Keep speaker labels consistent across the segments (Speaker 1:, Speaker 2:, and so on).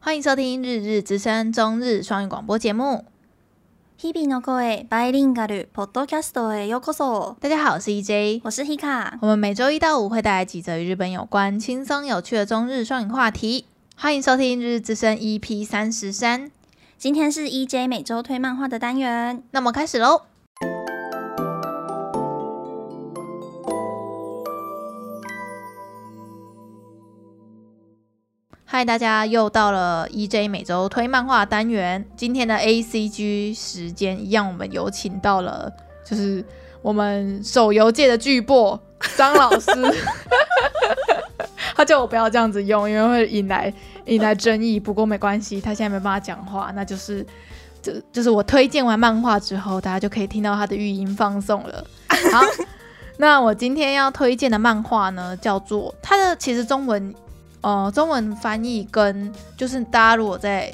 Speaker 1: 欢迎收听《日日之声》中日双语广播节目。
Speaker 2: 日々の声バイリンガルポッドキャストへようこそ。
Speaker 1: 大家好，我是 EJ。
Speaker 2: 我是 Hika，
Speaker 1: 我们每周一到五会带来几则与日本有关、轻松有趣的中日双语话题。欢迎收听《日日之声》EP 三十三。
Speaker 2: 今天是 EJ 每周推漫画的单元。
Speaker 1: 那么开始喽。嗨，大家又到了 EJ 每周推漫画单元。今天的 ACG 时间一样，我们有请到了，就是我们手游界的巨擘张老师。他叫我不要这样子用，因为会引来引来争议。不过没关系，他现在没办法讲话，那就是就就是我推荐完漫画之后，大家就可以听到他的语音放送了。好，那我今天要推荐的漫画呢，叫做它的其实中文呃中文翻译跟就是大家如果在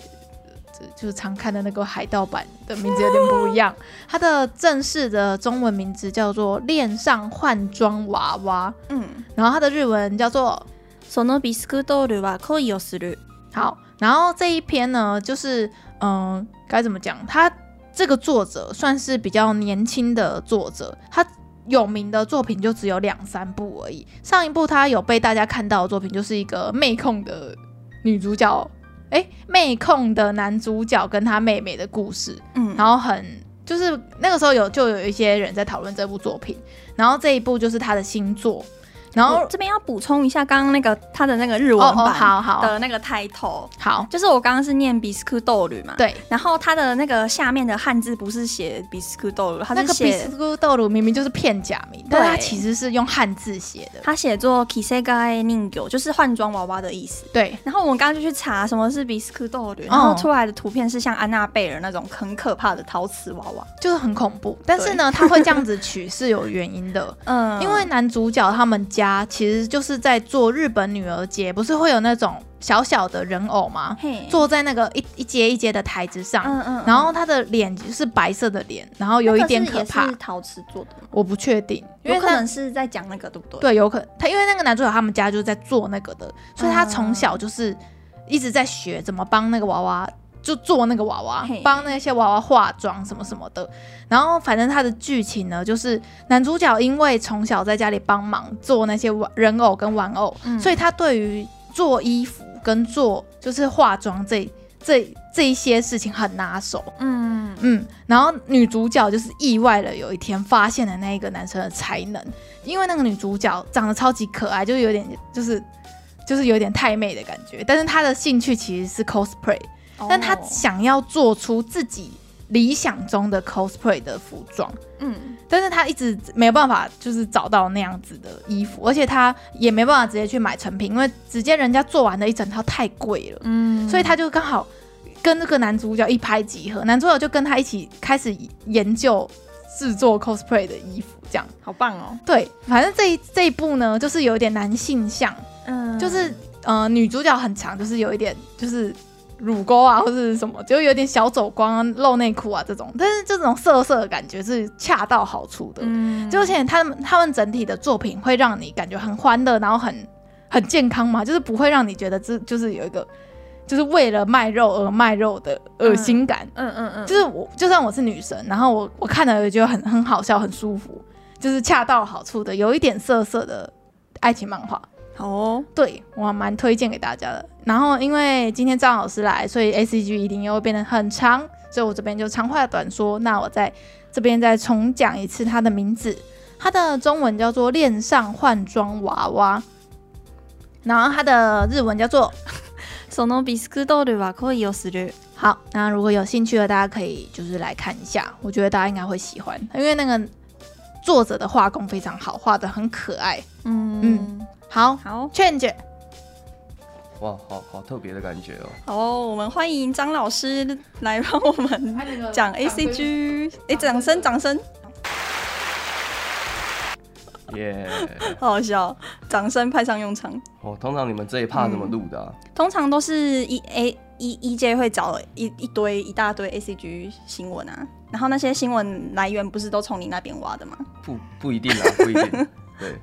Speaker 1: 呃就是常看的那个海盗版的名字有点不一样，它的正式的中文名字叫做《恋上换装娃娃》，
Speaker 2: 嗯，
Speaker 1: 然后它的日文叫做
Speaker 2: そのビスクドールは恋をする。
Speaker 1: 好，然后这一篇呢，就是嗯、呃该怎么讲？他这个作者算是比较年轻的作者，他有名的作品就只有两三部而已。上一部他有被大家看到的作品，就是一个妹控的女主角，哎，妹控的男主角跟他妹妹的故事。
Speaker 2: 嗯，
Speaker 1: 然后很就是那个时候有就有一些人在讨论这部作品，然后这一部就是他的新作。然后
Speaker 2: 我这边要补充一下刚刚那个他的那个日文
Speaker 1: 哦哦，
Speaker 2: 版
Speaker 1: 好好
Speaker 2: 的那个 title，
Speaker 1: 好，
Speaker 2: 就是我刚刚是念ビスクドール嘛。。
Speaker 1: 对，
Speaker 2: 然后他的那个下面的汉字不是写ビスクドール，他
Speaker 1: 那
Speaker 2: 是
Speaker 1: 个比
Speaker 2: 写
Speaker 1: 斯库豆乳明明就是片假名，但它
Speaker 2: 啊对
Speaker 1: 其实是用汉字写的。
Speaker 2: 他写作 kisegai ningyo，就是换装娃娃的意思。
Speaker 1: 对，
Speaker 2: 然后我们刚刚就去查什么是比斯克豆驴，
Speaker 1: 哦
Speaker 2: 然后出来的图片是像安娜贝尔那种很可怕的陶瓷娃娃。
Speaker 1: 就是很恐怖。但是呢，它会这样子取 是有原因的，
Speaker 2: 嗯
Speaker 1: 因为男主角他们家其实就是在做日本女儿节，不是会有那种小小的人偶吗？
Speaker 2: 嘿
Speaker 1: 坐在那个一一阶一阶的台子上，
Speaker 2: 嗯嗯，
Speaker 1: 然后他的脸就是白色的脸，然后有一点可
Speaker 2: 那个是也
Speaker 1: 怕
Speaker 2: 是，陶瓷做的吗，
Speaker 1: 我不确定，因
Speaker 2: 有
Speaker 1: 为
Speaker 2: 可
Speaker 1: 那
Speaker 2: 能是在讲那个对不对？，
Speaker 1: 对，有可能他因为那个男主角他们家就是在做那个的，所以他从小就是一直在学怎么帮那个娃娃。就做那个娃娃
Speaker 2: 嘿，
Speaker 1: 帮那些娃娃化妆什么什么的。然后反正他的剧情呢，就是男主角因为从小在家里帮忙做那些玩人偶跟玩偶，
Speaker 2: 嗯
Speaker 1: 所以他对于做衣服跟做就是化妆这这这一些事情很拿手。
Speaker 2: 嗯，
Speaker 1: 嗯，然后女主角就是意外的有一天发现了那一个男生的才能，因为那个女主角长得超级可爱，就是有点就是就是有点太妹的感觉，但是她的兴趣其实是 cosplay，、但她
Speaker 2: 哦
Speaker 1: 想要做出自己理想中的 cosplay 的服装。
Speaker 2: 嗯
Speaker 1: 但是她一直没有办法，就是找到那样子的衣服，而且她也没办法直接去买成品，因为直接人家做完的一整套太贵了。
Speaker 2: 嗯，
Speaker 1: 所以他就刚好跟这个男主角一拍即合，男主角就跟他一起开始研究制作 cosplay 的衣服，这样
Speaker 2: 好棒哦，
Speaker 1: 对，反正这一这一部呢，就是有一点男性向，
Speaker 2: 嗯，
Speaker 1: 就是呃女主角很长，就是有一点就是。乳沟啊，或者是什么，就有点小走光、啊、露内裤啊这种，但是这种色色的感觉是恰到好处的。
Speaker 2: 嗯，
Speaker 1: 就而且他们他们整体的作品会让你感觉很欢乐，然后很很健康嘛，就是不会让你觉得这就是有一个就是为了卖肉而卖肉的恶心感。
Speaker 2: 嗯嗯嗯，
Speaker 1: 就是我就算我是女神，然后我我看了也觉得很很好笑，很舒服，就是恰到好处的，有一点涩涩的爱情漫画。
Speaker 2: 好哦，
Speaker 1: 对我还蛮推荐给大家的。然后因为今天张老师来，所以 A C G 一定又会变得很长，所以我这边就长话短说。那我在这边再重讲一次它的名字，它的中文叫做《恋上换装娃娃》，然后它的日文叫做
Speaker 2: そのビスクドールは恋をする。
Speaker 1: 好。那如果有兴趣的，大家可以就是来看一下，我觉得大家应该会喜欢，因为那个作者的画工非常好，画的很可爱。
Speaker 2: 嗯嗯，
Speaker 1: 好
Speaker 2: 好
Speaker 1: ，change。
Speaker 3: 哇，好好特别的感觉哦！
Speaker 2: 好哦，我们欢迎张老师来帮我们讲 A C G，哎，掌声掌声。
Speaker 3: 耶、
Speaker 2: 好好笑，哦掌声派上用场。
Speaker 3: 哦，通常你们这一趴怎么录的、啊
Speaker 2: 通常都是一 A 一 E J 会找一一堆一大堆 A C G 新闻啊，然后那些新闻来源不是都从你那边挖的吗？
Speaker 3: 不不一定啊，不一定。对，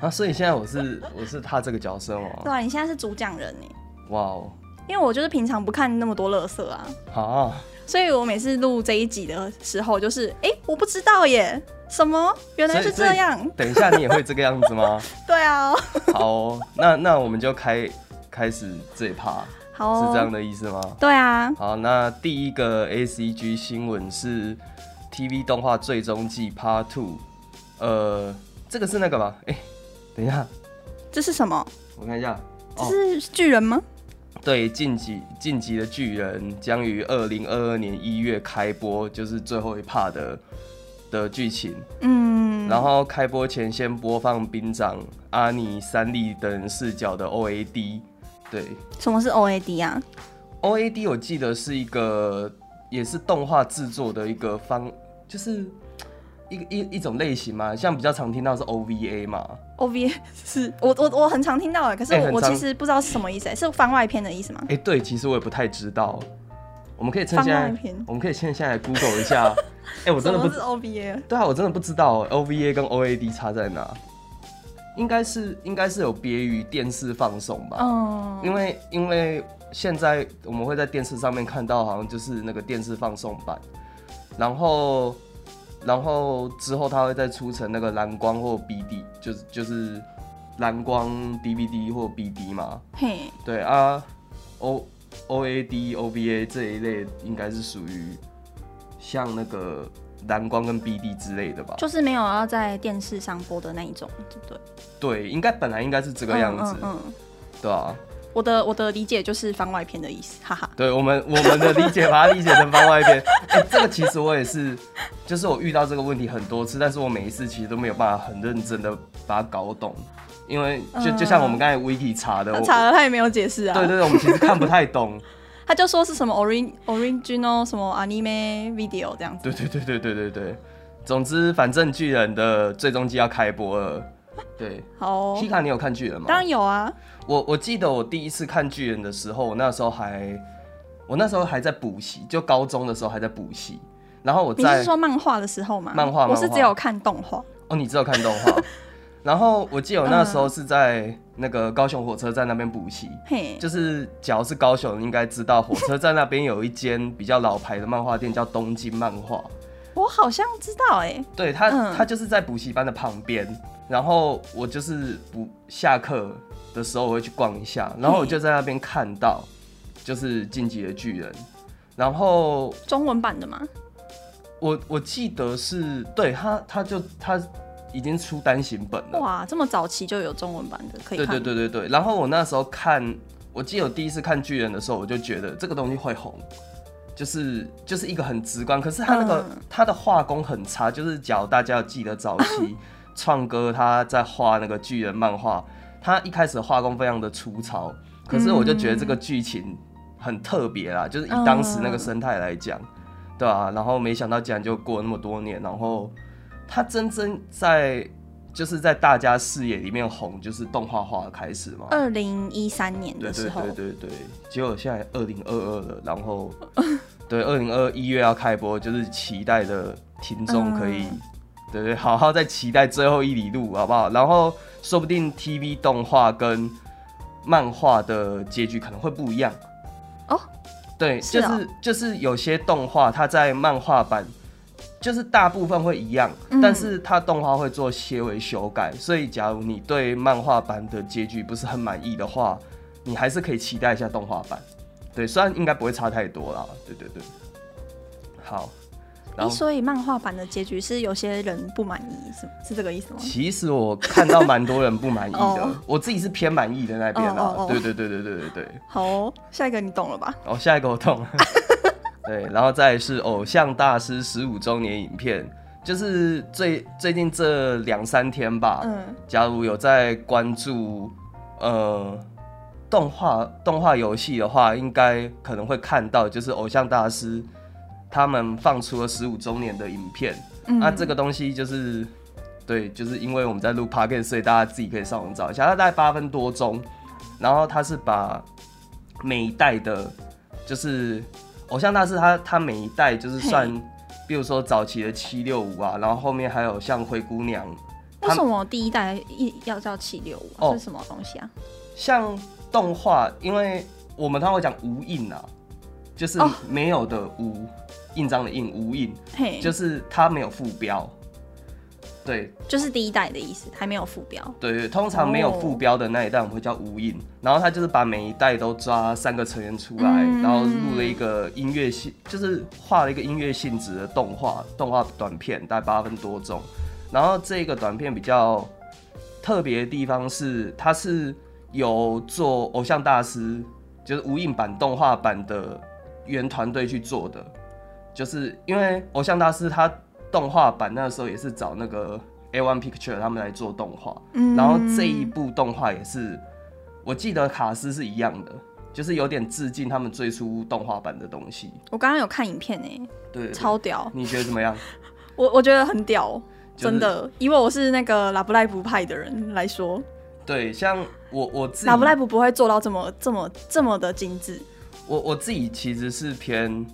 Speaker 3: 啊，所以现在我是我是他这个角色
Speaker 2: 对
Speaker 3: 哦。
Speaker 2: 啊，你现在是主讲人呢。
Speaker 3: 哇哦，
Speaker 2: 因为我就是平常不看那么多乐色啊，
Speaker 3: 啊，
Speaker 2: 所以我每次录这一集的时候，就是哎、诶我不知道耶，什么原来
Speaker 3: 所
Speaker 2: 是
Speaker 3: 以所以
Speaker 2: 这样，
Speaker 3: 等一下你也会这个样子吗？
Speaker 2: 对啊，
Speaker 3: 好哦、那那我们就开开始这一趴，
Speaker 2: 好哦
Speaker 3: 是这样，的意思吗？
Speaker 2: 对啊，
Speaker 3: 好，那第一个 A C G 新闻是 T V 动画《最终季 Part Two》，呃，这个是那个吧？哎、等一下，
Speaker 2: 这是什么？
Speaker 3: 我看一下。
Speaker 2: 这
Speaker 3: 哦，
Speaker 2: 是巨人吗？
Speaker 3: 对，《晋级晋级的巨人》将于二零二二年一月开播，就是最后一 part 的的剧情。
Speaker 2: 嗯，
Speaker 3: 然后开播前先播放兵长阿尼、三笠等视角的 O A D。对
Speaker 2: 什么是 OAD 啊？
Speaker 3: ，O A D 我记得是一个也是动画制作的一个方，就是一个一一种类型嘛，像比较常听到是 O V A 嘛。
Speaker 2: OV 是 我我我很常听到哎，可是
Speaker 3: 哎
Speaker 2: 我、
Speaker 3: 很
Speaker 2: 我
Speaker 3: 常
Speaker 2: 其实不知道是什么意思，欸是番外篇的意思吗？
Speaker 3: 哎、对，其实我也不太知道。我们可以趁现
Speaker 2: 番外
Speaker 3: 在
Speaker 2: 篇，
Speaker 3: 我们可以趁现在 Google 一下。哎、我
Speaker 2: 什
Speaker 3: 真的
Speaker 2: 么
Speaker 3: 不
Speaker 2: 是 OVA？
Speaker 3: 对啊，我真的不知道 OVA 跟 OAD 差在哪，应该是应该是有别于电视放送吧，
Speaker 2: 嗯，
Speaker 3: 因为因为现在我们会在电视上面看到，好像就是那个电视放送版，然后然后之后它会再出成那个蓝光或 BD，就是就是蓝光 DVD 或 BD 嘛，
Speaker 2: 嘿，
Speaker 3: 对啊，O OAD、OVA 这一类应该是属于像那个蓝光跟 BD 之类的吧。
Speaker 2: 就是没有要在电视上播的那一种，对不对？
Speaker 3: 对，应该本来应该是这个样子，
Speaker 2: 嗯嗯嗯
Speaker 3: 对啊，
Speaker 2: 我的我的理解就是番外篇的意思，哈哈。
Speaker 3: 对我们我们的理解把它理解成番外篇。哎、这个其实我也是，就是我遇到这个问题很多次，但是我每一次其实都没有办法很认真的把它搞懂，因为就就像我们刚才 Wiki 查的，
Speaker 2: 他
Speaker 3: 我
Speaker 2: 查了他也没有解释啊，
Speaker 3: 对对对，我们其实看不太懂。
Speaker 2: 他就说是什么 orin original 什么 anime video 这样子。
Speaker 3: 对对对对对对对，总之反正巨人的最终季要开播了。对，
Speaker 2: 好哦、
Speaker 3: 西卡，你有看巨人吗？
Speaker 2: 当然有啊，
Speaker 3: 我我记得我第一次看巨人的时候，我那时候还我那时候还在补习，就高中的时候还在补习。然后我
Speaker 2: 你是
Speaker 3: 在
Speaker 2: 说漫画的时候吗？
Speaker 3: 漫画
Speaker 2: 我是
Speaker 3: 漫画
Speaker 2: 只有看动画。
Speaker 3: 哦，你知道看动 画。然后我记得我那
Speaker 2: 嗯
Speaker 3: 时候是在那个高雄火车站那边补习，
Speaker 2: 嘿，
Speaker 3: 就是假如是高雄，应该知道火车站那边有一间比较老牌的漫画店叫东京漫画。
Speaker 2: 我好像知道哎、
Speaker 3: 对他，
Speaker 2: 嗯
Speaker 3: 他就是在补习班的旁边，然后我就是补下课的时候我会去逛一下，然后我就在那边看到就是《进击的巨人》，然后
Speaker 2: 中文版的吗？
Speaker 3: 我我记得是对他，他就他已经出单行本了，
Speaker 2: 哇，这么早期就有中文版的可以
Speaker 3: 对
Speaker 2: 看。
Speaker 3: 对对对对，然后我那时候看，我记得我第一次看巨人的时候，我就觉得这个东西会红。就是就是一个很直观，可是他那个、
Speaker 2: 嗯
Speaker 3: 他的画工很差，就是假如大家要记得早 期创哥他在画那个巨人漫画，他一开始画工非常的粗糙，可是我就觉得这个剧情很特别啦，就是以当时
Speaker 2: 嗯
Speaker 3: 那个生态来讲，对啊，然后没想到竟然就过了那么多年，然后他真正在就是在大家视野里面红，就是动画化的开始嘛。
Speaker 2: 二零一三年
Speaker 3: 对
Speaker 2: 的
Speaker 3: 对
Speaker 2: 嗯时候，
Speaker 3: 对对对，结果现在二零二二了，然后 对二零二一月要开播，就是期待的听众可以、
Speaker 2: 嗯
Speaker 3: 对对，好好再期待最后一里路，好不好？然后说不定 TV 动画跟漫画的结局可能会不一样
Speaker 2: 哦。
Speaker 3: 对，
Speaker 2: 是
Speaker 3: 就是、
Speaker 2: 哦
Speaker 3: 就是有些动画它在漫画版。就是大部分会一样，
Speaker 2: 嗯
Speaker 3: 但是它动画会做些微修改，所以假如你对漫画版的结局不是很满意的话，你还是可以期待一下动画版。对，虽然应该不会差太多啦。对对对，好。然
Speaker 2: 诶
Speaker 3: 后
Speaker 2: 所以漫画版的结局是有些人不满意，是 是这个意思吗？
Speaker 3: 其实我看到蛮多人不满意 的
Speaker 2: 哦，
Speaker 3: 我自己是偏满意的那边啦
Speaker 2: 哦哦。哦
Speaker 3: 对对对对对对 对。
Speaker 2: 好哦、下一个你懂了吧？
Speaker 3: 哦，下一个我懂了。对，然后再来是偶像大师十五周年影片，就是最最近这两三天吧。
Speaker 2: 嗯，
Speaker 3: 假如有在关注呃动画动画游戏的话，应该可能会看到，就是偶像大师他们放出了十五周年的影片。那、
Speaker 2: 嗯
Speaker 3: 这个东西就是对，就是因为我们在录 p o c a s t 所以大家自己可以上网找一下，它大概八分多钟，然后它是把每一代的，就是偶像大师他他每一代就是算，比如说早期的七六五啊，然后后面还有像灰姑娘。他
Speaker 2: 为什么第一代一要叫七六五？
Speaker 3: 哦
Speaker 2: 啊是什么东西啊？
Speaker 3: 像动画，因为我们通常会讲无印啊，就是
Speaker 2: 哦
Speaker 3: 没有的无，印章的印无印，
Speaker 2: 嘿，
Speaker 3: 就
Speaker 2: 就是
Speaker 3: 它没有副标。对
Speaker 2: 就是第一代的意思，还没有副标。
Speaker 3: 对对，通常没有副标的那一代我们会叫无印，然后他就是把每一代都抓三个成员出来，
Speaker 2: 嗯
Speaker 3: 然后录了一个音乐性，就是画了一个音乐性质的动画动画短片，大概八分多钟。然后这个短片比较特别的地方是，它是由做偶像大师，就是无印版动画版的原团队去做的，就是因为偶像大师他动画版那时候也是找那个 A One Picture 他们来做动画，
Speaker 2: 嗯
Speaker 3: 然后这一部动画也是，我记得卡斯是一样的，就是有点致敬他们最初动画版的东西。
Speaker 2: 我刚刚有看影片诶、
Speaker 3: 对，
Speaker 2: 超屌，
Speaker 3: 你觉得怎么样？
Speaker 2: 我我觉得很屌，
Speaker 3: 就
Speaker 2: 真
Speaker 3: 是
Speaker 2: 的，因为我是那个拉布赖布派的人来说，
Speaker 3: 对，像我我自己
Speaker 2: 拉布赖布不会做到这么这么这么的精致。
Speaker 3: 我我自己其实是偏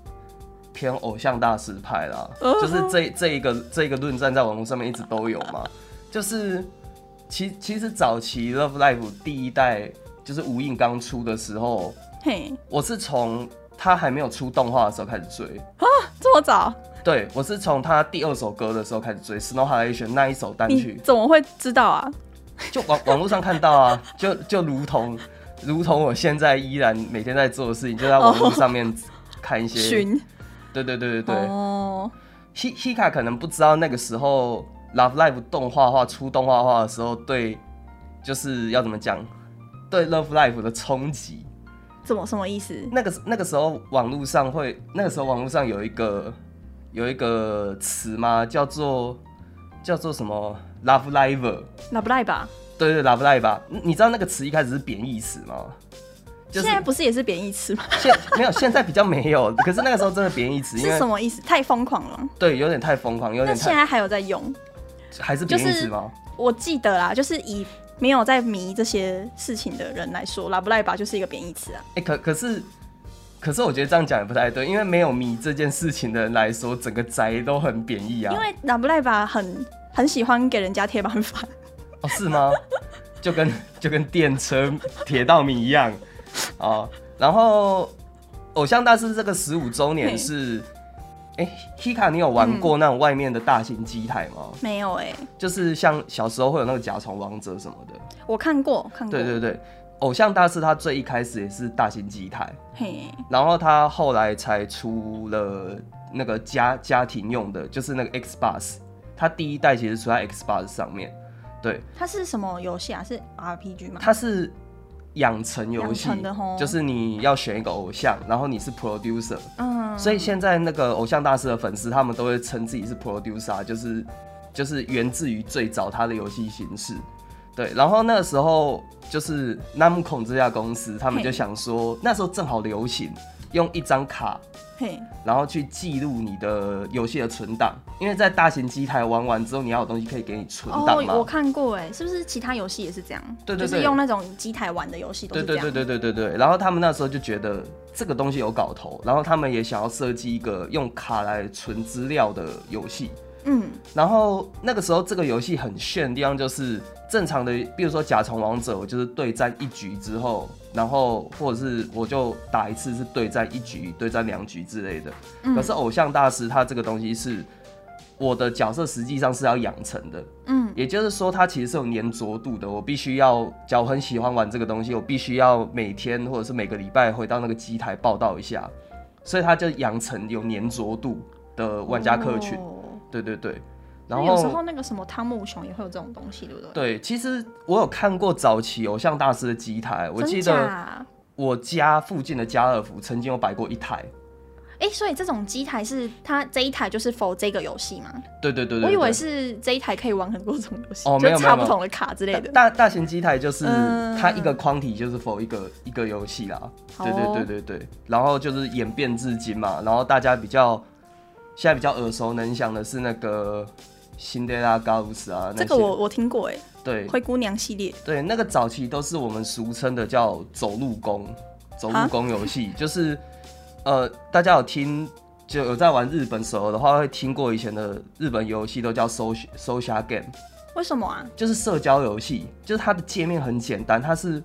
Speaker 3: 偏偶像大师派啦，
Speaker 2: 哦
Speaker 3: 就是这这一个这一个论战在网络上面一直都有嘛，就是其其实早期 Love Live 第一代就是无印刚出的时候，
Speaker 2: 嘿，
Speaker 3: 我是从他还没有出动画的时候开始追，
Speaker 2: 这么早，
Speaker 3: 对我是从他第二首歌的时候开始追 Snow Halation 那一首单
Speaker 2: 你
Speaker 3: 曲，
Speaker 2: 怎么会知道啊？
Speaker 3: 就网 网络上看到啊，就就如同如同我现在依然每天在做的事情，就在网络上面看一些，
Speaker 2: 哦寻
Speaker 3: 对对对对对。
Speaker 2: 哦，
Speaker 3: 希希卡可能不知道那个时候 Love Live 动画化出动画化的时候，对，就是要怎么讲，对 Love Live 的冲击。
Speaker 2: 怎么什么意思？
Speaker 3: 那个那个时候网络上会，那个时候网络上有一个有一个词嘛，叫做叫做什么 Love Live，
Speaker 2: 拉布赖吧？
Speaker 3: 对对 Love Live 吧？你你知道那个词一开始是贬义词吗？就是
Speaker 2: 现在不是也是贬义词吗？
Speaker 3: 现没有，现在比较没有，可是那个时候真的贬义词，因
Speaker 2: 是什
Speaker 3: 为
Speaker 2: 么意思？太疯狂了。
Speaker 3: 对有点太疯狂，有
Speaker 2: 那
Speaker 3: 点
Speaker 2: 现
Speaker 3: 太
Speaker 2: 在还有在用？
Speaker 3: 还是贬义
Speaker 2: 就
Speaker 3: 词
Speaker 2: 是
Speaker 3: 吗？
Speaker 2: 我记得啦，就是以没有在迷这些事情的人来说，拉布赖吧就是一个贬义词啊。
Speaker 3: 哎、可可是，可是我觉得这样讲也不太对，因为没有迷这件事情的人来说，整个宅都很贬义啊。
Speaker 2: 因为拉布赖吧很很喜欢给人家贴满法，
Speaker 3: 哦，是吗？就跟就跟电车、铁道迷一样哦。然后，偶像大师这个十五周年
Speaker 2: 嘿
Speaker 3: 是，哎、希卡，你有玩过那种外面的大型机台吗？
Speaker 2: 没有哎、
Speaker 3: 就是像小时候会有那个甲虫王者什么的。
Speaker 2: 我看过看过。
Speaker 3: 对对对，偶像大师他最一开始也是大型机台，
Speaker 2: 嘿，
Speaker 3: 然后他后来才出了那个家家庭用的，就是那个 Xbox，它第一代其实出在 Xbox 上面，对，
Speaker 2: 它是什么游戏啊？是 RPG 吗？
Speaker 3: 它是养成游戏
Speaker 2: 养成的吼，
Speaker 3: 就是你要选一个偶像，然后你是 producer，
Speaker 2: 嗯，
Speaker 3: 所以现在那个偶像大师的粉丝他们都会称自己是 producer，就是就是源自于最早他的游戏形式。对，然后那个时候就是 Namco 这家公司，他们就
Speaker 2: 嘿
Speaker 3: 想说，那时候正好流行用一张卡
Speaker 2: 嘿，
Speaker 3: 然后去记录你的游戏的存档，因为在大型机台玩完之后，你要有东西可以给你存
Speaker 2: 哦
Speaker 3: 档嘛。，
Speaker 2: 我看过哎、是不是其他游戏也是这样？
Speaker 3: 对对对
Speaker 2: 就是用那种机台玩的游戏都
Speaker 3: 对
Speaker 2: 是这
Speaker 3: 对
Speaker 2: 样。
Speaker 3: 对对对对对。然后他们那时候就觉得这个东西有搞头，然后他们也想要设计一个用卡来存资料的游戏。
Speaker 2: 嗯，
Speaker 3: 然后那个时候这个游戏很炫的地方就是正常的，比如说甲虫王者，我就是对战一局之后，然后或者是我就打一次是对战一局、对战两局之类的。
Speaker 2: 嗯
Speaker 3: 可是偶像大师他这个东西是我的角色实际上是要养成的，
Speaker 2: 嗯，
Speaker 3: 也就是说它其实是有粘着度的。我必须要，假如我很喜欢玩这个东西，我必须要每天或者是每个礼拜回到那个机台报道一下，所以他就养成有粘着度的玩家客群。
Speaker 2: 哦
Speaker 3: 对对对，然
Speaker 2: 那
Speaker 3: 后
Speaker 2: 有时候那个什么汤姆熊也会有这种东西，对不对？
Speaker 3: 对，其实我有看过早期偶像大师的机台，我记
Speaker 2: 真
Speaker 3: 得
Speaker 2: 假
Speaker 3: 我家附近的家乐福曾经有摆过一台。
Speaker 2: 哎、所以这种机台是它这一台就是否这个游戏吗？
Speaker 3: 对对对对
Speaker 2: 我以为
Speaker 3: 对
Speaker 2: 是这一台可以玩很多种游戏，
Speaker 3: 哦没有
Speaker 2: 就插
Speaker 3: 没有没有
Speaker 2: 不同的卡之类的。
Speaker 3: 大大型机台就是
Speaker 2: 嗯
Speaker 3: 它一个框体就是否一个一个游戏啦，
Speaker 2: 好
Speaker 3: 对
Speaker 2: 哦
Speaker 3: 对对对对，然后就是演变至今嘛，然后大家比较现在比较耳熟能详的是那个辛德拉高斯啊，
Speaker 2: 这
Speaker 3: 那些
Speaker 2: 个我我听过哎、
Speaker 3: 对
Speaker 2: 灰姑娘系列
Speaker 3: 对，那个早期都是我们俗称的叫走路工，走路
Speaker 2: 啊
Speaker 3: 工游戏，就是呃，大家有听就有在玩日本手游的话，会听过以前的日本游戏都叫 social social game，
Speaker 2: 为什么啊？
Speaker 3: 就是社交游戏，就是它的界面很简单，它是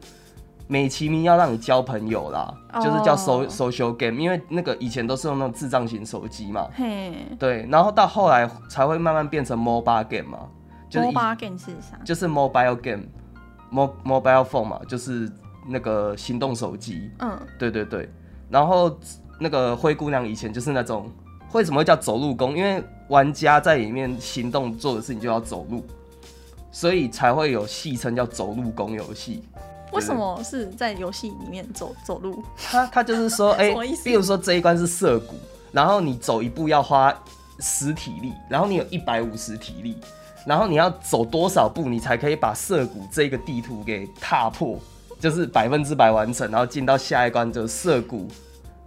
Speaker 3: 美其名要让你交朋友啦，就是叫 so
Speaker 2: 哦
Speaker 3: social game，因为那个以前都是用那种智障型手机嘛，
Speaker 2: 嘿
Speaker 3: 对，然后到后来才会慢慢变成 mobile game 嘛，就是以
Speaker 2: ，mobile game 是啥？
Speaker 3: 就是 mobile game，mo mobile phone 嘛，就是那个行动手机，
Speaker 2: 嗯，
Speaker 3: 对对对。然后呃那个灰姑娘以前就是那种为什么会叫走路工？因为玩家在里面行动做的事情就要走路，所以才会有戏称叫走路工游戏。
Speaker 2: 为什么是在游戏里面走走路？
Speaker 3: 他他就 是说，哎、
Speaker 2: 什么意思
Speaker 3: 比如说这一关是涉谷，然后你走一步要花十体力，然后你有一百五十体力，然后你要走多少步，你才可以把涉谷这个地图给踏破，就是百分之百完成，然后进到下一关就是涉谷，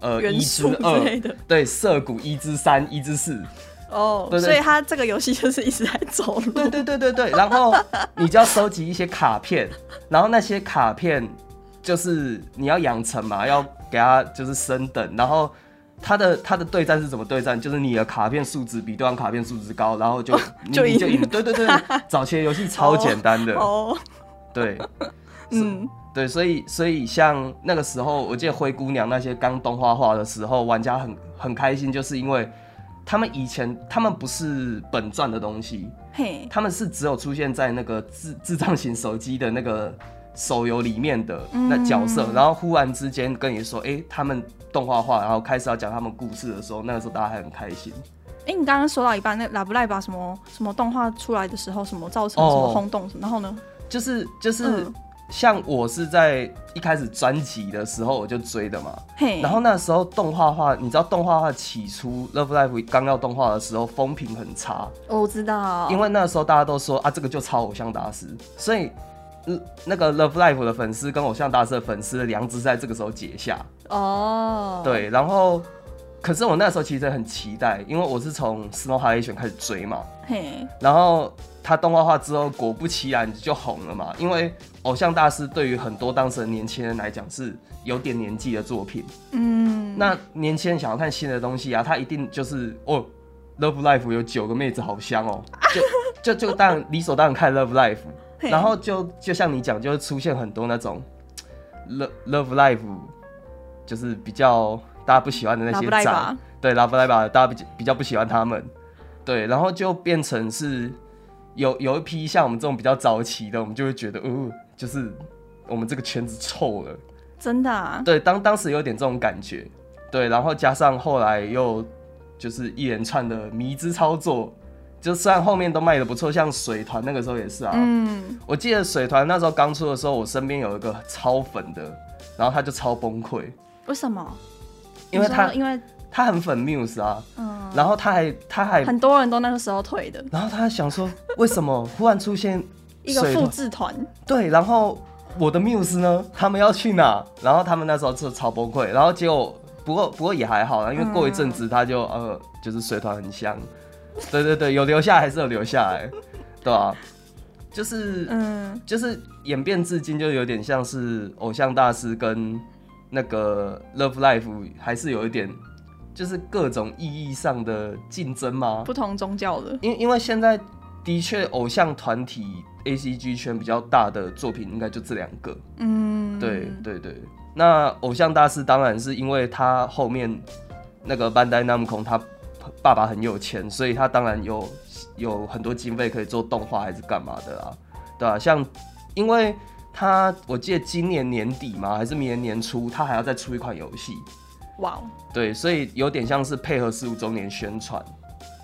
Speaker 3: 呃，
Speaker 2: 元
Speaker 3: 一之
Speaker 2: 素之类
Speaker 3: 二，
Speaker 2: 的
Speaker 3: 对，涉谷一之三，一之四，
Speaker 2: 哦
Speaker 3: 对对
Speaker 2: 所以他这个游戏就是一直在走路。
Speaker 3: 对对对对对，然后你就要收集一些卡片，然后那些卡片就是你要养成嘛，要给它就是升等，然后它的它的对战是怎么对战？就是你的卡片数值比对方卡片数值高，然后就、你
Speaker 2: 就
Speaker 3: 你就
Speaker 2: 赢
Speaker 3: 赢。对对对，早期的游戏超简单的，
Speaker 2: 哦，
Speaker 3: 对
Speaker 2: 嗯，
Speaker 3: 对，所以所以像那个时候，我记得灰姑娘那些刚动画化的时候，玩家很很开心，就是因为他们以前他们不是本传的东西，
Speaker 2: 嘿，
Speaker 3: 他们是只有出现在那个智智障型手机的那个手游里面的那角色，然后忽然之间跟你说，哎、他们动画化，然后开始要讲他们故事的时候，那个时候大家还很开心。
Speaker 2: 哎、你刚刚说到一半，那拉布赖吧什么什么动画出来的时候，什么造成什么
Speaker 3: 哦
Speaker 2: 轰动什么，然后呢？
Speaker 3: 就是就是
Speaker 2: 嗯，
Speaker 3: 像我是在一开始专辑的时候我就追的嘛，
Speaker 2: 嘿，
Speaker 3: 然后那时候动画化，你知道动画化起初《Love Live》刚要动画的时候风评很差，
Speaker 2: 哦我知道，
Speaker 3: 因为那时候大家都说啊，这个就超偶像大师，所以。嗯那个 Love Live 的粉丝跟偶像大师的粉丝的梁子在这个时候结下，
Speaker 2: 哦，，
Speaker 3: 对，然后可是我那时候其实很期待，因为我是从 Snow High 选开始追嘛，
Speaker 2: 嘿，
Speaker 3: 然后他动画化之后，果不其然就红了嘛，因为偶像大师对于很多当时的年轻人来讲是有点年纪的作品，
Speaker 2: 嗯，
Speaker 3: 那年轻人想要看新的东西啊，他一定就是哦，Love Life 有九个妹子好香哦，就就就当然理所当然看 Love Life，
Speaker 2: 嘿
Speaker 3: 然后就就像你讲，就会出现很多那种 Love Love Life，就是比较大家不喜欢的那
Speaker 2: 拉
Speaker 3: 些
Speaker 2: 布赖
Speaker 3: 站
Speaker 2: 吧，，
Speaker 3: 对 Love Life 啊大家比较比较不喜欢他们，对，然后就变成是有有一批像我们这种比较早期的，我们就会觉得，哦、就是我们这个圈子臭了。
Speaker 2: 真的啊，
Speaker 3: 对，当当时有点这种感觉，对，然后加上后来又就是一连串的迷之操作，就虽然后面都卖的不错，像水团那个时候也是啊，
Speaker 2: 嗯，
Speaker 3: 我记得水团那时候刚出的时候，我身边有一个超粉的，然后他就超崩溃，
Speaker 2: 为什么？
Speaker 3: 因为
Speaker 2: 你说
Speaker 3: 他
Speaker 2: 因为
Speaker 3: 他很粉 Muse 啊，
Speaker 2: 嗯，
Speaker 3: 然后他还他还
Speaker 2: 很多人都那个时候退的
Speaker 3: 然后他还想说，为什么忽然出现
Speaker 2: 一个
Speaker 3: 水
Speaker 2: 复
Speaker 3: 团
Speaker 2: 制团，
Speaker 3: 对，然后我的 Muse 呢，他们要去哪？然后他们那时候就超崩溃，然后结果不过不过也还好啦，因为过一阵子他就、呃就是水团很香，对对对，有留下还是有留下来，对啊，就是、
Speaker 2: 嗯，
Speaker 3: 就是演变至今就有点像是偶像大师跟那个 Love Life 还是有一点就是各种意义上的竞争吗？
Speaker 2: 不同宗教的，
Speaker 3: 因因为现在的确偶像团体 A C G 圈比较大的作品，应该就这两个。
Speaker 2: 嗯，
Speaker 3: 对对对，那偶像大师当然是因为他后面那个班代 Namco 他爸爸很有钱，所以他当然有有很多经费可以做动画还是干嘛的啦，对啊，像因为他我记得今年年底嘛，还是明年年初，他还要再出一款游戏，
Speaker 2: 哇哦，
Speaker 3: 对，所以有点像是配合十五周年宣传。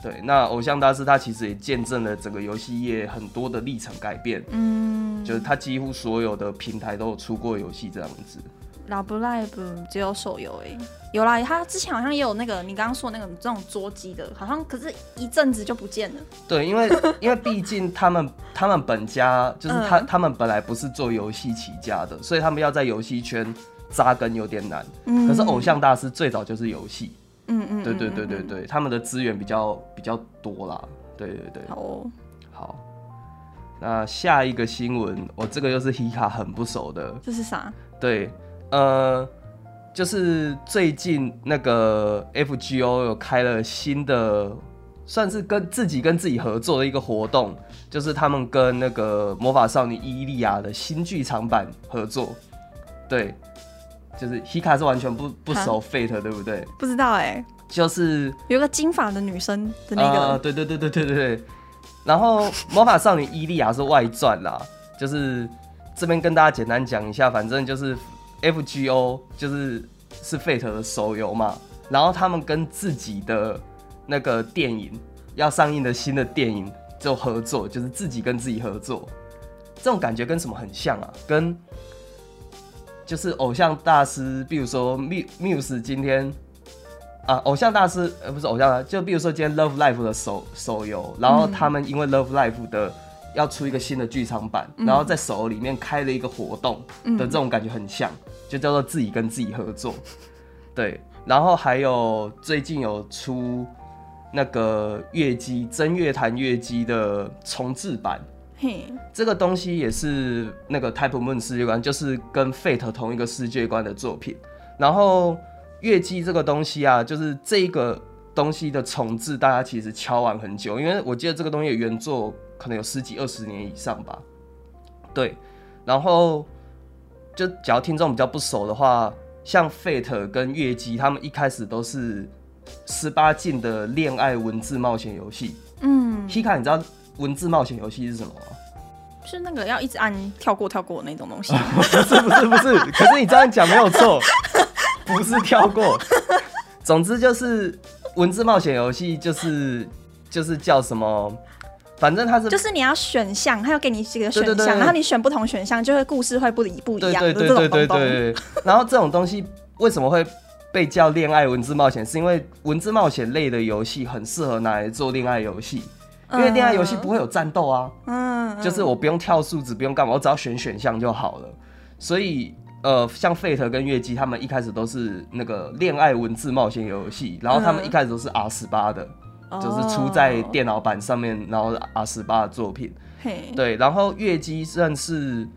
Speaker 3: 对，那偶像大师他其实也见证了整个游戏业很多的历程改变，
Speaker 2: 嗯，
Speaker 3: 就是他几乎所有的平台都有出过游戏这样子。
Speaker 2: 拉布赖不只有手游哎、有啦，他之前好像也有那个你刚刚说那个这种捉鸡的，好像可是一阵子就不见了。
Speaker 3: 对，因为因为毕竟他们他们本家就是他、
Speaker 2: 嗯
Speaker 3: 他们本来不是做游戏起家的，所以他们要在游戏圈扎根有点难。
Speaker 2: 嗯
Speaker 3: 可是偶，像大师最早就是游戏，
Speaker 2: 嗯嗯，
Speaker 3: 对对对
Speaker 2: 嗯
Speaker 3: 对，对，他们的资源比较比较多啦。对对对
Speaker 2: 嗯，好哦，
Speaker 3: 好，那下一个新闻，我这个又是 Hika 很不熟的，
Speaker 2: 这是啥？
Speaker 3: 对，呃，就是最近那个 FGO 有开了新的，算是跟自己跟自己合作的一个活动，就是他们跟那个魔法少女伊利亚的新剧场版合作。对，就是 Hika 是完全不不熟 Fate，对不对？
Speaker 2: 不知道哎，
Speaker 3: 就是
Speaker 2: 有个金发的女生的那
Speaker 3: 呃
Speaker 2: 个，
Speaker 3: 对对对对对对对。然后魔法少女伊利亚是外传啦，就是这边跟大家简单讲一下，反正就是 FGO 就是是 Fate 的手游嘛，然后他们跟自己的那个电影要上映的新的电影就合作，就是自己跟自己合作，这种感觉跟什么很像啊？跟就是偶像大师，比如说 Mu- Muse 今天啊，偶像大师呃不是偶像大师，就比如说今天 Love Live 的手手游，然后他们因为 Love Live 的要出一个新的剧场版，然后在手游里面开了一个活动的这种感觉很像，就叫做自己跟自己合作。对，然后还有最近有出那个月姬真乐坛月姬的重置版，
Speaker 2: 嘿，
Speaker 3: 这个东西也是那个 Type Moon 世界观，就是跟 Fate 同一个世界观的作品。然后月姬这个东西啊，就是这个东西的重置，大家其实敲完很久，因为我记得这个东西的原作可能有十几二十年以上吧。对，然后就假如听众比较不熟的话，像 Fate 跟月姬，他们一开始都是十八禁的恋爱文字冒险游戏。
Speaker 2: 嗯，
Speaker 3: Hika，你知道文字冒险游戏是什么吗？
Speaker 2: 是那个要一直按跳过跳过的那种 东西，
Speaker 3: 是不是不是，可是你这样讲没有错，不是跳过。总之就是文字冒险游戏，就是就是叫什么，反正它是
Speaker 2: 就是你要选项，它要给你几个选
Speaker 3: 对对对
Speaker 2: 项，然后你选不同选项，就会故事会不一不一
Speaker 3: 对
Speaker 2: 样
Speaker 3: 对
Speaker 2: 的
Speaker 3: 对
Speaker 2: 这种
Speaker 3: 对对
Speaker 2: 东东。
Speaker 3: 对。然后这种东西为什么会被叫恋爱文字冒险？是因为文字冒险类的游戏很适合拿来做恋爱游戏，因为恋爱游戏不会有战斗啊。
Speaker 2: 嗯，
Speaker 3: 就是我不用跳数值，不用干嘛，我只要选选项就好了。所以呃，像 Fate 跟月姬他们一开始都是那个恋爱文字冒险游戏，然后他们一开始都是 R 十八的，就是出在
Speaker 2: 嗯哦
Speaker 3: 电脑版上面，然后 R 十八的作品。
Speaker 2: 嗯嘿，
Speaker 3: 对，然后月姬算是，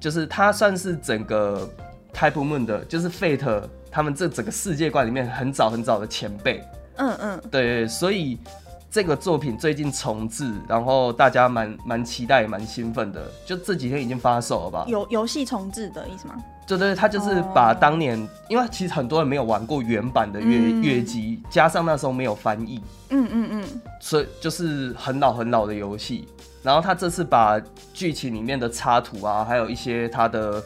Speaker 3: 就是它算是整个 Type Moon 的，就是 Fate 他们这整个世界观里面很早很早的前辈。
Speaker 2: 嗯嗯，
Speaker 3: 对，所以这个作品最近重置，然后大家蛮蛮期待、蛮兴奋的。就这几天已经发售了吧？
Speaker 2: 游游戏重置的意思吗？
Speaker 3: 对对，他就是把当年，因为其实很多人没有玩过原版的月、
Speaker 2: 嗯
Speaker 3: 月姬，加上那时候没有翻译，
Speaker 2: 嗯嗯嗯，
Speaker 3: 所以就是很老很老的游戏。然后他这次把剧情里面的插图啊，还有一些他的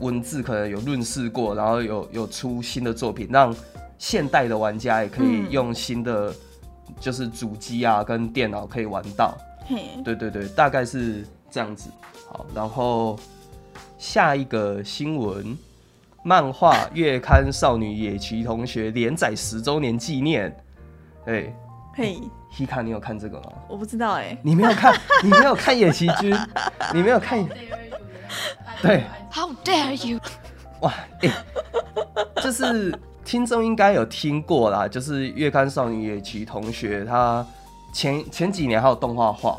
Speaker 3: 文字可能有润饰过，然后有有出新的作品，让现代的玩家也可以
Speaker 2: 嗯
Speaker 3: 用新的就是主机啊跟电脑可以玩到。
Speaker 2: 嘿，
Speaker 3: 对对对，大概是这样子。好，然后下一个新闻，漫画月刊少女野崎同学连载十周年纪念。哎
Speaker 2: 嘿，
Speaker 3: ，Hika，你有看这个吗？
Speaker 2: 我不知道哎、
Speaker 3: 你没有看， 你没有看野崎君，你没有看，对，
Speaker 4: How dare you！
Speaker 3: 哇，哎、 就是听众应该有听过啦，就是月刊少女野崎同学，她前前几年还有动画化，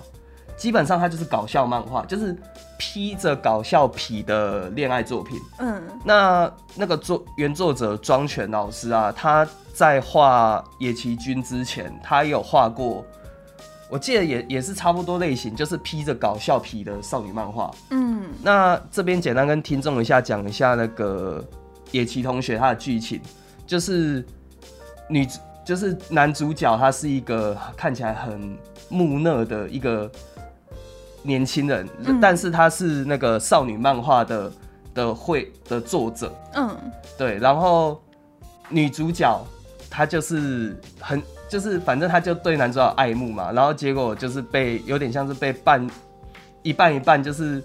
Speaker 3: 基本上她就是搞笑漫画，就是披着搞笑皮的恋爱作品。
Speaker 2: 嗯
Speaker 3: 那那个作原作者庄泉老师啊，他在画野崎君之前，他也有画过，我记得也也是差不多类型，就是披着搞笑皮的少女漫画。
Speaker 2: 嗯，
Speaker 3: 那这边简单跟听众一下讲一下那个野崎同学他的剧情，就是女主就是男主角他是一个看起来很木讷的一个年轻人，
Speaker 2: 嗯
Speaker 3: 但是他是那个少女漫画的的绘的作者，
Speaker 2: 嗯
Speaker 3: 对，然后女主角她就是很就是反正她就对男主角爱慕嘛，然后结果就是被有点像是被半一半一半，就是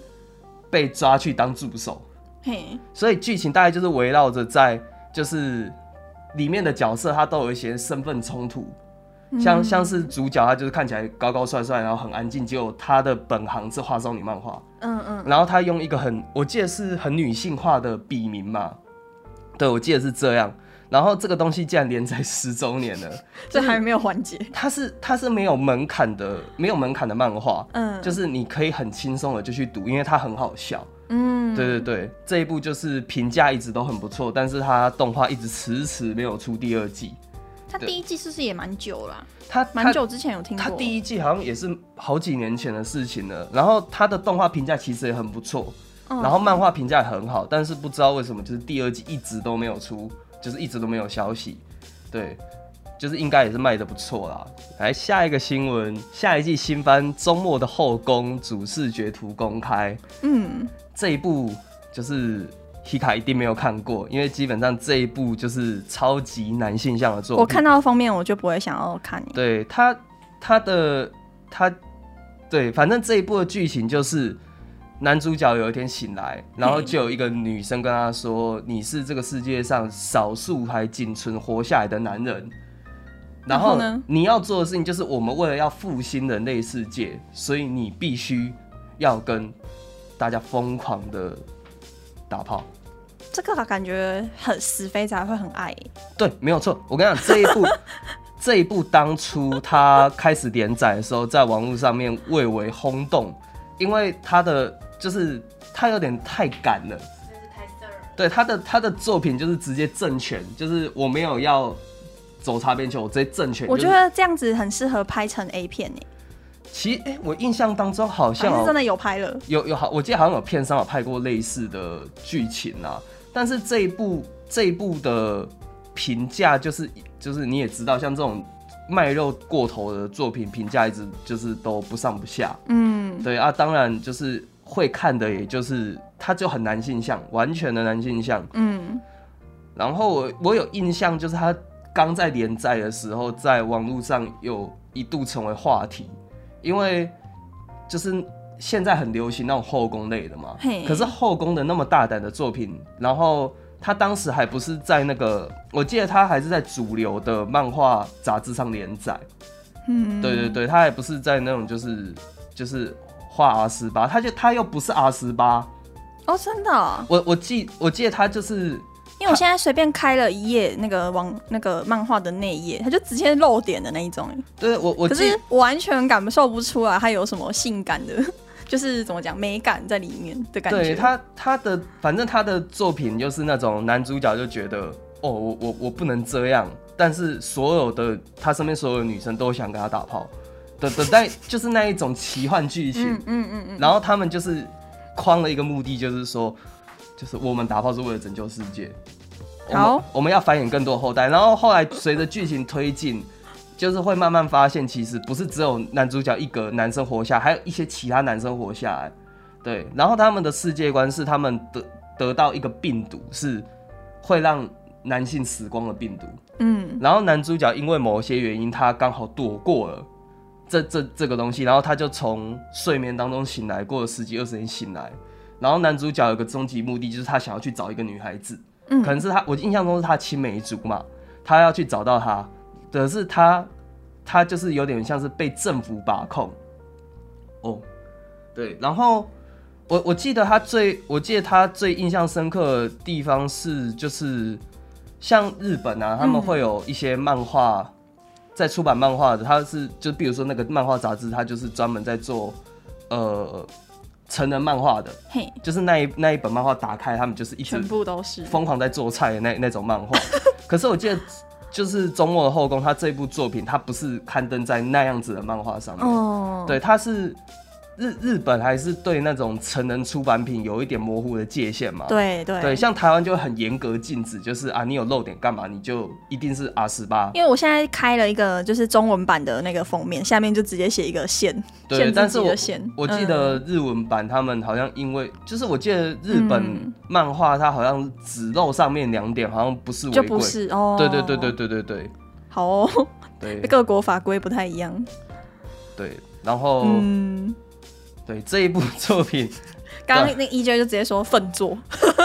Speaker 3: 被抓去当助手，
Speaker 2: 嘿，
Speaker 3: 所以剧情大概就是围绕着在就是里面的角色他都有一些身份冲突。像像是主角，他就是看起来高高帅帅，然后很安静，结果他的本行是画少女漫画，
Speaker 2: 嗯嗯
Speaker 3: 然后他用一个很，我记得是很女性化的笔名嘛，对，我记得是这样。然后这个东西竟然连载十周年了，
Speaker 2: 这还没有完结，
Speaker 3: 它是它是没有门槛的，没有门槛的漫画，
Speaker 2: 嗯，
Speaker 3: 就是你可以很轻松的就去读，因为它很好笑。
Speaker 2: 嗯，
Speaker 3: 对对对，这一部就是评价一直都很不错，但是它动画一直迟迟没有出第二季。
Speaker 2: 他第一季是不是也蛮久了啊、
Speaker 3: 它
Speaker 2: 蛮久之前有听过，
Speaker 3: 它第一季好像也是好几年前的事情了，然后它的动画评价其实也很不错，
Speaker 2: 嗯
Speaker 3: 然后漫画评价也很好，但是不知道为什么就是第二季一直都没有出，就是一直都没有消息。对，就是应该也是卖的不错啦。来下一个新闻，下一季新番《周末的后宫》主视觉图公开，
Speaker 2: 嗯，
Speaker 3: 这一部就是 Hika 一定没有看过，因为基本上这一部就是超级男性向的作品。
Speaker 2: 我看到封面我就不会想要看你。
Speaker 3: 对他他的他对，反正这一部的剧情就是男主角有一天醒来，然
Speaker 2: 嗯
Speaker 3: 后就有一个女生跟他说：“你是这个世界上少数还仅存活下来的男人。”然
Speaker 2: 然后
Speaker 3: 后
Speaker 2: 呢
Speaker 3: 你要做的事情就是，我们为了要复兴人类世界，所以你必须要跟大家疯狂的打炮。
Speaker 2: 这个感觉很死肥宅会很爱，
Speaker 3: 对，没有错。我跟你讲，这一 部这一部当初它开始连载的时候，在网络上面蔚为轰动，因为它的就是它有点太赶了。对他的他的作品就是直接正拳，就是我没有要走擦边球，我直接正拳。
Speaker 2: 我
Speaker 3: 就
Speaker 2: 觉
Speaker 3: 是
Speaker 2: 得这样子很适合拍成 A 片诶、
Speaker 3: 其实哎、我印象当中好
Speaker 2: 好
Speaker 3: 像、
Speaker 2: 像
Speaker 3: 哦
Speaker 2: 是真的有拍了。
Speaker 3: 有有好，我记得好像有片商有拍过类似的剧情啊，但是这一部这一部的评价就是就是你也知道，像这种卖肉过头的作品，评价一直就是都不上不下。
Speaker 2: 嗯，
Speaker 3: 对啊，当然就是会看的，也就是它就很男性向，完全的男性向。
Speaker 2: 嗯，
Speaker 3: 然后我我有印象，就是他刚在连载的时候，在网络上有一度成为话题，因为就是现在很流行那种后宫类的嘛
Speaker 2: 嘿。
Speaker 3: 可是后宫的那么大胆的作品，然后他当时还不是在那个，我记得他还是在主流的漫画杂志上连载。
Speaker 2: 嗯，
Speaker 3: 对对对，他还不是在那种就是就是画 R 十八，他就他又不是 R 十八。
Speaker 2: 哦，真的哦、
Speaker 3: 我我记我记得他就是
Speaker 2: 因为我现在随便开了一页那个网那个漫画的内页，它就直接露点的那一种欸、
Speaker 3: 对我我
Speaker 2: 可
Speaker 3: 记
Speaker 2: 是我完全感受不出来它有什么性感的， 就是怎么讲美感在里面的感觉。
Speaker 3: 对他他的反正他的作品就是那种男主角就觉得哦我我我不能这样，但是所有的他身边所有的女生都想跟他打炮的的那就是那一种奇幻剧情，
Speaker 2: 嗯嗯嗯嗯，
Speaker 3: 然后他们就是框了一个目的，就是说就是我们打炮是为了拯救世界，我们
Speaker 2: 好，
Speaker 3: 我们要繁衍更多后代，然后后来随着剧情推进。就是会慢慢发现，其实不是只有男主角一个男生活下，还有一些其他男生活下来。对，然后他们的世界观是他们得得到一个病毒，是会让男性死光的病毒。
Speaker 2: 嗯，
Speaker 3: 然后男主角因为某些原因，他刚好躲过了这这这个东西，然后他就从睡眠当中醒来，过了十几二十年醒来。然后男主角有个终极目的，就是他想要去找一个女孩子，
Speaker 2: 嗯
Speaker 3: 可能是他，我印象中是他青梅竹马，他要去找到她，可是他他就是有点像是被政府把控，哦，对，然后我我记得他最我记得他最印象深刻的地方是就是像日本
Speaker 2: 嗯
Speaker 3: 啊，他们会有一些漫画。在出版漫画的，他是就比如说那个漫画杂志，他就是专门在做呃成人漫画的，
Speaker 2: 嘿，
Speaker 3: 就是那一那一本漫画打开，他们就是一直
Speaker 2: 全部都是。
Speaker 3: 疯狂在做菜的那那种 漫画。可是我记得，就是《周末的后宫》他这部作品，它不是刊登在那样子的漫画上面，
Speaker 2: 哦，
Speaker 3: 对，它是日日本还是对那种成人出版品有一点模糊的界限嘛？
Speaker 2: 对对
Speaker 3: 啊对，像台湾就会很严格禁止，就是啊，你有漏点干嘛，你就一定是 R 十八。
Speaker 2: 因为我现在开了一个就是中文版的那个封面，下面就直接写一个线，限
Speaker 3: 对，
Speaker 2: 制
Speaker 3: 但
Speaker 2: 自
Speaker 3: 是
Speaker 2: 己
Speaker 3: 我
Speaker 2: 的线。
Speaker 3: 我记
Speaker 2: 嗯
Speaker 3: 得日文版他们好像因为，就是我记得日本
Speaker 2: 嗯
Speaker 3: 漫画它好像只露上面两点，好像不是
Speaker 2: 就
Speaker 3: 违
Speaker 2: 不
Speaker 3: 规。
Speaker 2: 是哦，
Speaker 3: 对对对对，对对对
Speaker 2: 好哦，
Speaker 3: 对
Speaker 2: 各国法规不太一样。
Speaker 3: 对，然后、
Speaker 2: 嗯，
Speaker 3: 对这一部 作品，
Speaker 2: 刚
Speaker 3: 啊
Speaker 2: 刚那 EJ 就直接说粪作，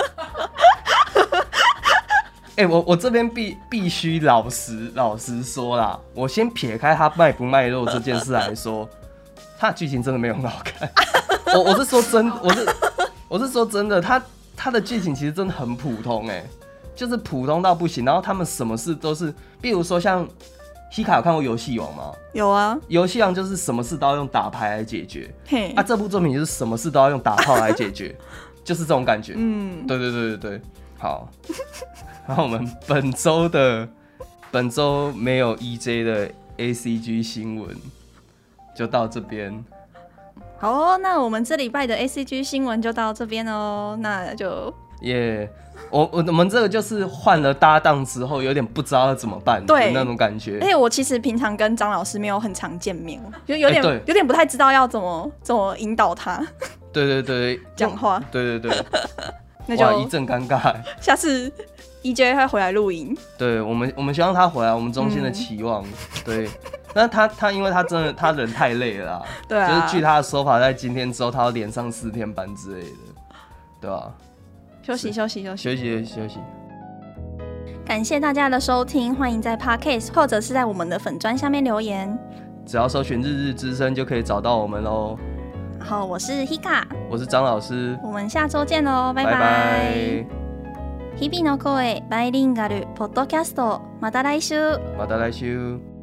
Speaker 3: 哎、我我这边必必须老实老实说啦，我先撇开它卖不卖肉这件事来说，它的剧情真的没有很好看。我我是说真，我是我是说真的，它它的剧情其实真的很普通、哎，就是普通到不行。然后他们什么事都是，比如说像西卡有看过游戏王吗？
Speaker 2: 有啊，
Speaker 3: 游戏王就是什么事都要用打牌来解决，
Speaker 2: 嘿
Speaker 3: 啊，，这部作品就是什么事都要用打炮来 解决，就是这种感觉。
Speaker 2: 嗯，
Speaker 3: 对对对对对，好。 然后我们本周的本周没 E 有 EJ 的 ACG 新闻就到这边。
Speaker 2: 好哦，那我们这礼拜的 A C G 新闻就到这边哦，那就
Speaker 3: 耶、我我我们这个就是换了搭档之后，有点不知道要怎么办的
Speaker 2: 对哎
Speaker 3: 那种感觉。
Speaker 2: 而且我其实平常跟张老师没有很常见面，就有点、
Speaker 3: 哎对
Speaker 2: 有点不太知道要怎么怎么引导他
Speaker 3: 对对对，
Speaker 2: 讲话，
Speaker 3: 对对
Speaker 2: 那
Speaker 3: 对，哇，一
Speaker 2: 就
Speaker 3: 阵尴尬。
Speaker 2: 下次 E J 会回来录音，
Speaker 3: 对我们，我们希望他回来，我们衷心
Speaker 2: 嗯
Speaker 3: 的期望。对，那他他因为他真的他人太累了啦，
Speaker 2: 对啊
Speaker 3: 就是据他的说法，在今天之后他要连上四天班之类的，对吧、
Speaker 2: 休息休息休息。
Speaker 3: 休息休息，
Speaker 2: 感谢大家的收听，欢迎在 Podcast 或者是在我们的粉砖下面留言。
Speaker 3: 只要搜寻“日日之声”就可以找到我们喽。
Speaker 2: 然后我是 Hika，
Speaker 3: 我是张老师，
Speaker 2: 我们下周见喽，拜
Speaker 3: 拜
Speaker 2: 拜。
Speaker 3: 拜
Speaker 2: 日々の声バイリンガルポッドキャストまた来週。
Speaker 3: また来週。